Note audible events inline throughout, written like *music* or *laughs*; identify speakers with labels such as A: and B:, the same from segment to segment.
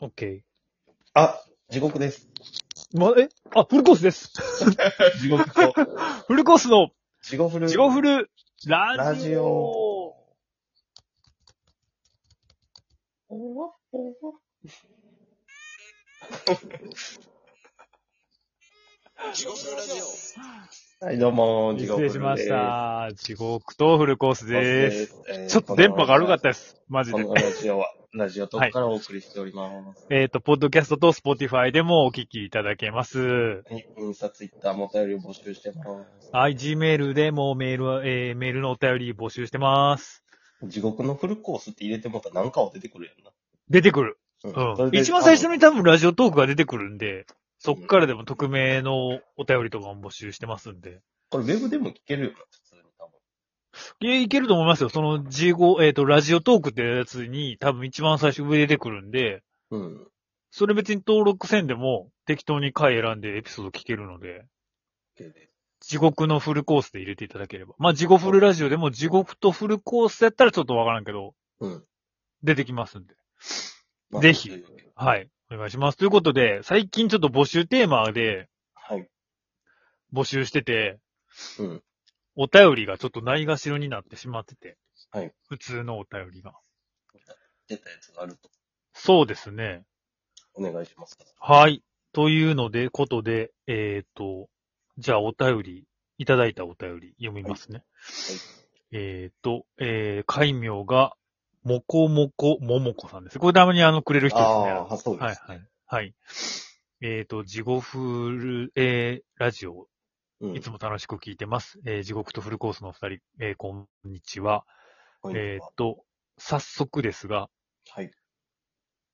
A: オッケ
B: あ、地獄です。
A: ー。ま、えあ、フルコースです。
B: 地獄と。
A: フルコースの、
B: 地獄フル。
A: ジゴフル、ラジオ。
B: ラジオ
C: 地獄ラジオ。
B: はい、どうも、地
A: 失
B: 獄フ
A: 礼
B: ル。
A: しまし。た。地獄とフルコースで。
B: ですす。えー
A: ちょっと電波が悪かった
B: こ
A: です。マジで
B: の。このラジオは、ラジオトークからお送りしております。
A: えっ、と、ポッドキャストとスポティファイでもお聞きいただけます。
B: はい、インスタ、ツイッターもお便りを募集してます。
A: はい、Gmail でもメールは、えーメールのお便り募集してます。
B: 地獄のフルコースって入れてもらったら何かは出てくる
A: 出てくる。
B: やんな。
A: うん。一番最初に多分ラジオトークが出てくるんで、そっからでも匿名のお便りとかも募集してますんで。
B: これウェブでも聞けるよな、普通に多分。
A: いや、いけると思いますよ。その G5、えっ、と、ラジオトークってやつに多分一番最初上出てくるんで、
B: うん。
A: それ別に登録せんでも適当に回選んでエピソード聞けるので、
B: OK です
A: 地獄のフルコースで入れていただければ。まあ、地獄フルラジオでも地獄とフルコースやったらちょっとわからんけど、
B: うん
A: 出てきますんで。
B: まあ
A: ぜひ
B: というわけで
A: はい。お願いします。ということで、最近ちょっと募集テーマで
B: はい。
A: 募集してて、
B: うん。
A: お便りがちょっとないがしろになってしまってて。
B: はい。
A: 普通のお便りが。
B: 出たやつがあると、
A: そうですね。
B: お願いします。
A: はい。というので、ことで、えっ、と、じゃあお便り、いただいたお便り読みますね。えっ、と、えー、海名が、もこもこももこさんです。これたまにあの、くれる人ですね。
B: あー、そうです、
A: はい、はい。はい。えっ、と、地獄フル、えー、ラジオ、
B: うん
A: いつも楽しく聞いてます。えー地獄とフルコースのお二人、えーこんにちは。
B: こんにちは
A: えっ、と、早速ですが、
B: はい。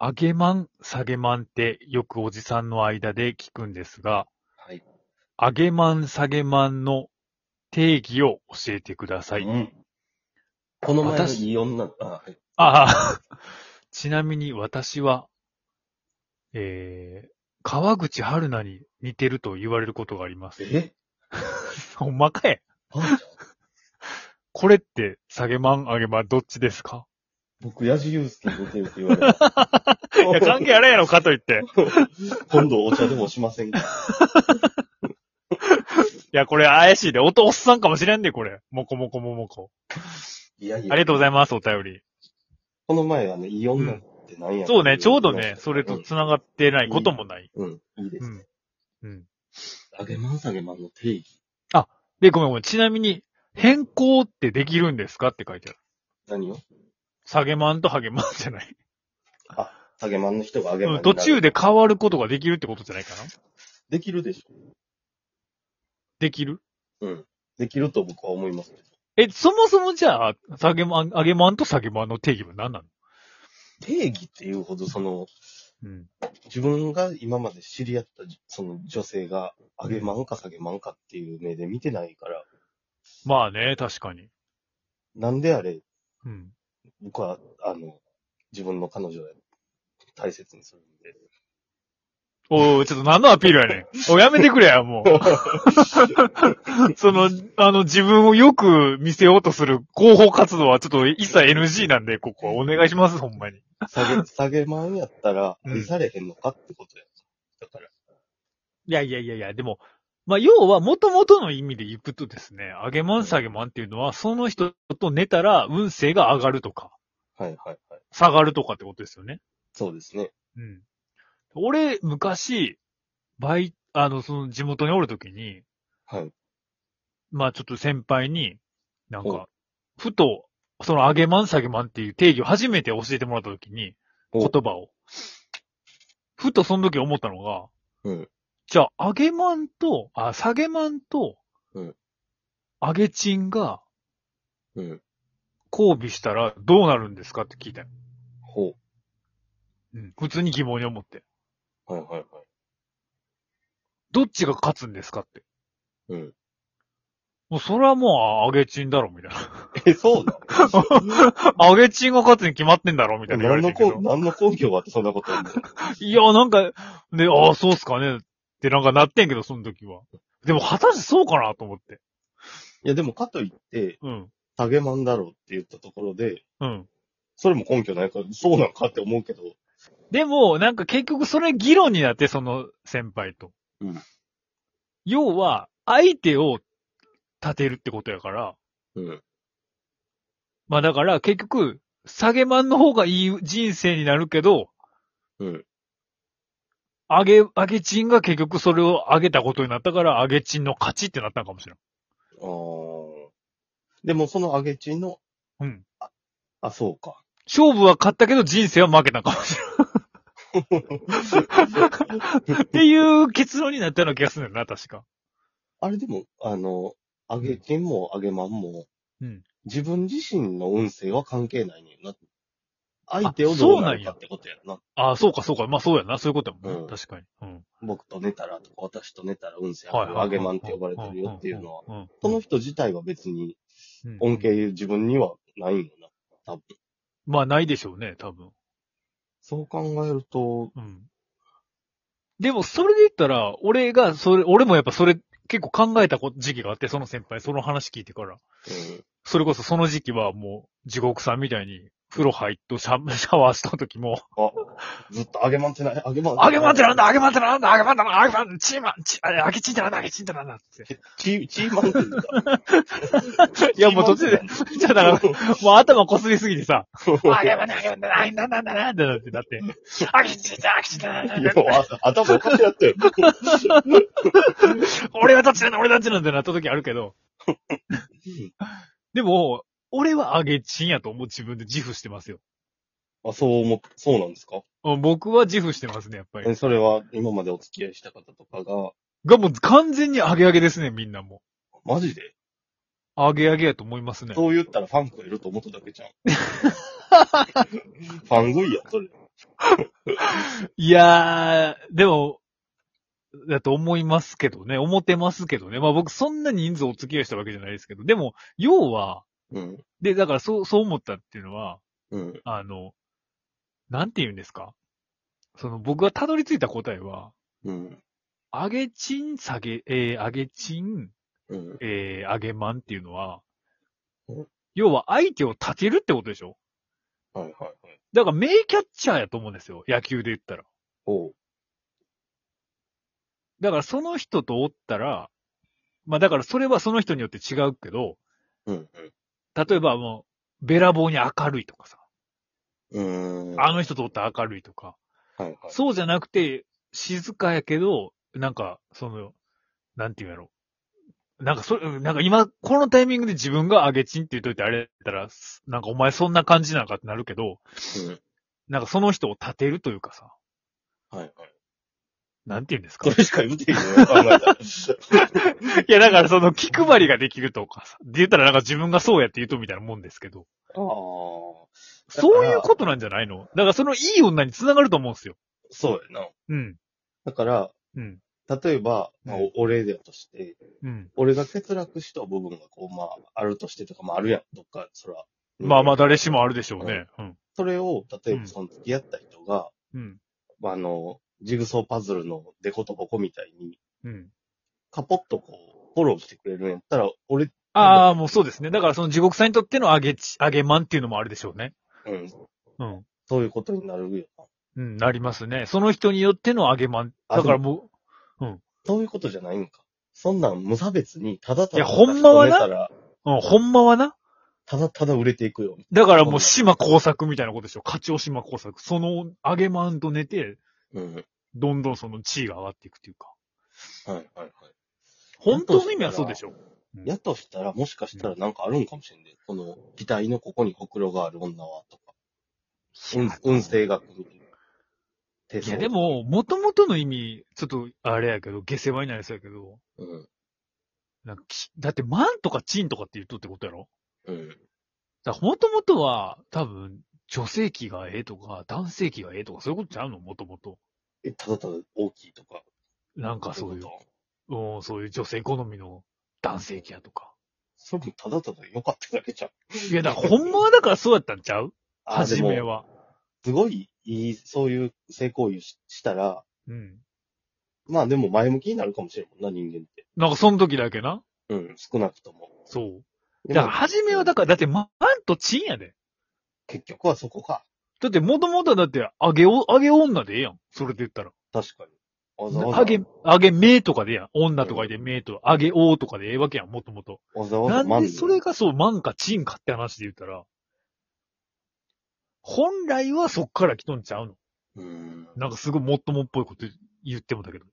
A: 上げまん、下げまんってよくおじさんの間で聞くんですが、
B: はい。
A: 上げまん、下げまんの定義を教えてください。
B: うんこの前の
A: 私
B: いい女、あ、はい。
A: ああ、 *laughs* ちなみに私は、えー、川口春奈に似てると言われることがあります。
B: え
A: ほんまかい
B: あんちゃん
A: これって、下げまん、上げまん、どっちです
B: *laughs*
A: か
B: 僕、矢印祐介に似てるって言われた。
A: *laughs* いや、関係あれやろかと言って。
B: 今度お茶でもしませんか
A: いや、これ怪しいで。おと、おっさんかもしれんで、これ。もこもこももこ。
B: いやい
A: ありがとうござ *laughs* います、お便り。
B: この前はね、いい女って何や、
A: そうね、ちょうどね、それと
B: うん
A: 繋がってないこともない。
B: うん、いいで
A: う
B: す
A: ん
B: ね。。
A: うん。
B: あげまんさげまんの定義。
A: で、ごめんごめん。ちなみに、変更ってできるんですかって書いてある。
B: 何を
A: 下げまんとハゲまんじゃない。
B: 下げまんの人があげまん
A: うん
B: になる。
A: 途中で変わることができるってことじゃないかな
B: できるでしょ。
A: できる
B: うん。できると僕は思いますけど。
A: え、そもそもじゃあ、下げまん、上げまんと下げまんの定義は何なの
B: 定義っていうほど、その、
A: うん。
B: 自分が今まで知り合ったじ、その女性が、あげまんか下げまんかっていう目で見てないから、
A: まあね、確かに。
B: なんであれ、
A: うん。
B: 僕は、あの、自分の彼女を大切にするんで。
A: おい、ちょっと何のアピールやね *laughs* ん。おい、やめてくれや、も *laughs* う。その、あの、自分をよく見せようとする広報活動はちょっと一切 NG なんで、ここはお願いします、ほんまに。
B: 下
A: *laughs*
B: げ、下げまんやったら、
A: うん
B: 愛されへんのかってことや。だか
A: い
B: ら、
A: やいやいやいや、でも、まあ、要は、元々の意味で言くとですね、上げまん下げまんっていうのは、その人と寝たら運勢が上がるとか、
B: はいはいはい。
A: 下がるとかってことですよね。
B: そうですね。
A: うん。俺、昔、バイ、あの、その地元におるときに、
B: はい。
A: まあちょっと先輩に、なん
B: お
A: か、ふと、その上げまん下げまんっていう定義を初めて教えてもらったときに、
B: お
A: 言葉を。ふとその時思ったのが、
B: うん
A: じゃあ、上げまんと、あ、下げまんと、
B: うん
A: 上げちんが
B: うん。
A: 交尾したらどうなるんですかって聞いたよ。
B: ほ
A: うん。普通に疑問に思って。
B: う。はいはいはい。
A: どっちが勝つんですかって。
B: うん。
A: もうそれはもう、あげちんだろ、みた
B: *laughs*
A: い
B: え、そうだ。
A: な。あげちんが勝つに決まってんだろ、みたいな言わ
B: 何
A: れて
B: の
A: るけど。
B: 根、何の根拠があってそんなこと言うんだよ
A: いや、なんか、ね、ああ、そうっすかね。ってなんかなってんけど、その時は。でも、果たしてそうかなと思って。
B: いや、でもかといって、
A: うん。
B: 下げまんだろうって言ったところで、
A: うん。
B: それも根拠ないから、そうなんかって思うけど、
A: でも、なんか結局それ議論になって、その先輩と。
B: うん
A: 要は、相手を立てるってことやから、
B: うん。
A: まあだから結局、下げマンの方がいい人生になるけど、
B: うん。
A: 上げ、上げチンが結局それを上げたことになったから、上げチンの勝ちってなったんかもしれん。
B: あーでもその上げちの、
A: うん。
B: あ、そうか。
A: 勝負は勝ったけど人生は負けたんかもしれん。っていう結論になったような気がするんだよな、確か。
B: あれでも、あの、上げちも上げまんも、
A: うん
B: 自分自身の運勢は関係ないねんな。相手をどうなるかってことやろな。
A: ああ、そうか、そうか。まあそうやな。そういうことやもんね。
B: うん
A: 確かに。うん。
B: 僕と寝たらとか、私と寝たら運勢
A: はい
B: 上
A: は
B: げ
A: い
B: る
A: はい。
B: 上げまんって呼ばれてるよっていうのは、
A: うん。うん
B: その人自体は別に
A: うん
B: 恩恵自分にはないんよな。多分。
A: まあないでしょうね、多分。
B: そう考えると、
A: うん。でも、それで言ったら、俺が、それ、俺もやっぱそれ、結構考えたこ時期があって、その先輩、その話聞いてから。それこそその時期はもう、地獄さんみたいに、風呂入っとシャン、シャワーした時も、
B: うん。あ、ずっと上げまんってない、上げまん。
A: あげまんってなんだ、あげまんってなんだ、あげまんってなんだ、あげまん、チーマン、チ、ああげちんってなんだ、あげちんってなんだって。
B: チー、チーマンって言うんだ。
A: いや、もう途中で、じ *laughs* ゃだ
B: *laughs*
A: から、もう頭こすりすぎてさ、あげまんって、あげまんって、なんだ、なんだ、なんだ、ってなって、あげちんって、あげちんってなん
B: *laughs*
A: だ、なん
B: い
A: だ
B: や、、あ頭おかしなったよ。
A: 俺はどっちなんだ、俺どっちなんだなった時あるけど。でも、俺はアゲチンやと思う自分で自負してますよ。
B: *laughs* あ、そう思っ、そうなんですか
A: うん僕は自負してますね、やっぱり
B: え、。それは今までお付き合いした方とかが、
A: が、もう完全にアゲアゲですね、みんなも
B: マジで
A: う。アゲアゲやと思いますね。
B: そう言ったらファン食えると思っただけじゃん。 *laughs* ファン食いや、それ。
A: いやー、でも、だと思いますけどね、思ってますけどね。まあ僕そんな人数お付き合いしたわけじゃないですけど、でも、要は、
B: うん。
A: で、だからそう、そう思ったっていうのは、
B: うん。
A: あの、なんて言うんですかその僕がたどり着いた答えは、
B: うん。
A: 上げちん、下げ、えー、上げちん、
B: うん。
A: えー、上げまんっていうのは
B: うん、
A: 要は相手を立てるってことでしょ
B: はいはいはい。
A: だから名キャッチャーやと思うんですよ。野球で言ったら。
B: おう。
A: だからその人とおったら、まあだからそれはその人によって違うけど、
B: うん。
A: 例えばもう、べらぼうに明るいとかさ、
B: うん。うーん。
A: あの人とおったら明るいとか、
B: はいはい。
A: そうじゃなくて、静かやけど、なんか、その、なんていうんやろ。なんかそれ、なんか今、このタイミングで自分があげちんって言っといてあれやったら、すなんかお前そんな感じなんかってなるけど、
B: うん
A: なんかその人を立てるというかさ、
B: はいはい。
A: なんて言うんですか
B: これしか言うてへんよ、考えた *laughs* ら。
A: いや、だからその気配りができるとかさ、で言ったらなんか自分がそうやって言うとみたいなもんですけど、
B: ああ。
A: そういうことなんじゃないのだからそのいい女に繋がると思うんですよ。
B: そうやな。
A: うん、
B: だから、
A: うん、
B: 例えば、まあ
A: うん、
B: お礼だとして、
A: うん。
B: 俺が欠落した部分がこう、まあ、あるとしてとか、まあ、あるやん、どっか、そら。
A: まあまあ
B: あ。
A: 誰しもあるでしょうね。うん、
B: それを、例え
A: うん
B: ば、その付き合った人が、
A: うん、
B: まあ、あの、ジグソーパズルのデコとボコみたいに、
A: うん。
B: カポッとこう、フォローしてくれるんやったら、俺、
A: ああ、もうそうですね。だからその地獄さんにとっての上げち、上げマンっていうのもあるでしょうね。
B: うん、
A: うん。
B: そういうことになるよな。
A: うん、なりますね。その人によっての上げマン。だからも
B: そういうことじゃないんか。そんなん無差別に、ただただ、
A: いやほんまはな
B: ただ
A: う、うん、ほんまはな。
B: ただただ売れていくよ。
A: だからもう島工作みたいなことでしょ。課長島工作。その上げマンと寝て、
B: うん。はい
A: どんどんその地位が上がっていくっていうか。
B: はいはい。
A: 本当の意味はそうでしょ。
B: やとしたら、もしかしたらなんかあるんかもしれんで、この、期待のここにほくろがある女は、とか。運、運勢が来る。手
A: い
B: 相
A: やで、も、元々の意味、ちょっとあれやけど、下世話になりそうやけど、
B: うん。
A: なんかきだってマンとかチンとかって言うとってことやろ
B: うん。
A: だから、もともとは、多分、女性器がええとか、男性器がええとか、そういうことちゃうのもともと。
B: え、ただただ大きいとか。
A: なんかそういう、
B: こと
A: うん、そういう女性好みの男性器やとか。
B: それもただただ良かっただけじゃん。
A: いや、だから、ほんまはだからそうやったんちゃう
B: *laughs* あ
A: 初め。
B: でも
A: は。
B: すごいいい、そういう性行為ししたら、
A: うん。
B: まあでも前向きになるかもしれんもんな、人間って。
A: なんか、その時だけな。
B: うん、少なくとも。
A: そう。
B: で
A: だか
B: も
A: ら、初めは、だから、だって、マンとチンやで。
B: 結局はそこか。
A: だって、もともとだって、あげお、あげ女でええやん。それで言ったら。
B: 確かに。わざわざ
A: あ、げ、あげめとかでええやん。女とかでめと、あげおとかでええわけやん、もともと。
B: わざわ
A: な
B: ざ万
A: ん
B: で
A: でそれがそう、マンかチンかって話で言ったら、本来はそっから来とんちゃうの。
B: うーん。
A: なんかすごいもっともっぽいこと言ってもだけど。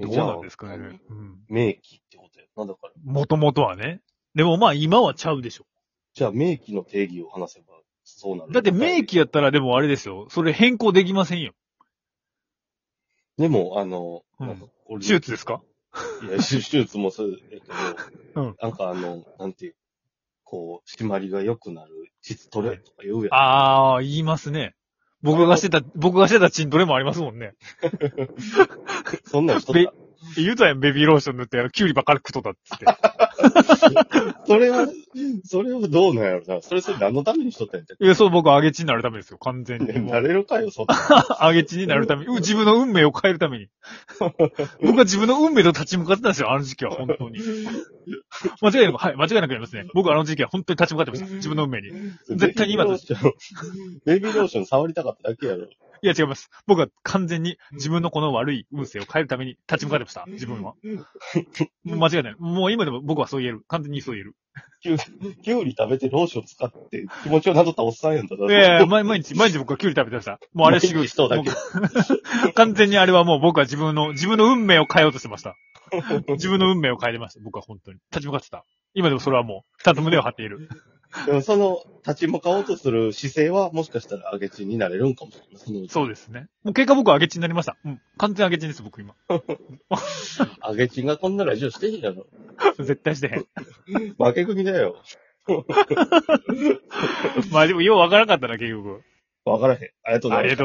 B: え
A: どうなんですか
B: じゃあ
A: ね。うん。
B: 名機ってことやな。だから。
A: もともとはね。でもまあ今はちゃうでしょ。
B: じゃあ、名機の定義を話せば、そうなる。
A: だって名機やったらでもあれですよ。それ変更できませんよ。
B: でも、あの、
A: うん
B: なんかこれ
A: 手術ですか
B: いや、手手術もそうやけど、
A: うん
B: なんかあの、なんていう、こう、締まりが良くなる、質取れとか言うやん。
A: ああ、言いますね。僕がしてた、僕がしてたチントレもありますもんね。
B: そんなんしとった。
A: 言うたやん、ベビーローション塗って、あの、キュウリばっかり食っとったっつって。
B: それは、それはどうなんやろな。それそれ何のためにしとったんやったっ
A: いや、そう僕、揚げチになるためですよ、完全
B: け
A: に。もう
B: なれるかよ、そんな。
A: あげちになるために、うん自分の運命を変えるた *laughs* めに。僕は自分の運命と立ち向かってたんですよ、あの時期は、本 *laughs* 当に。間違いなく、はい、間違いなくやりますね。僕はあの時期は本当に立ち向かってました。自分の運命に。い絶対に今だ
B: ベビーローションベビーローション触りたかっただけやろ。
A: や、違います。僕は完全に自分のこの悪い運勢を変えるために立ち向かってました、自分は。もう間違いない。もう今でも僕はそう言える。完全にそう言える。
B: キュウキュウリ食べてローション使って気持ちをなぞったおっさんやんだ。
A: いやい
B: *laughs*
A: や、毎毎日、毎日僕はキュウリ食べてました。もうあれ
B: 毎日そうだけ
A: 僕 *laughs* 完全にあれはもう僕は自分の、自分の運命を変えようとしてま
B: *laughs*
A: した。自分の運命を変えてました。僕は本当に。立ち向かってた。今でもそれはもう、ちゃんと胸を張っている。
B: でもその、立ち向かおうとする姿勢は、もしかしたら、あげちになれるんかもしれません。
A: そうですね。もう結果僕は上げ地になりました。うん。完全上げ地です、僕今。
B: あげちがこんなラジオしてへんやろ。
A: 絶対してへん。
B: 負け組だよ。
A: まあでもようわからなかったな、結局。
B: わからへん。ありがとうござ
A: あ
B: いま
A: りが。
B: す
A: とう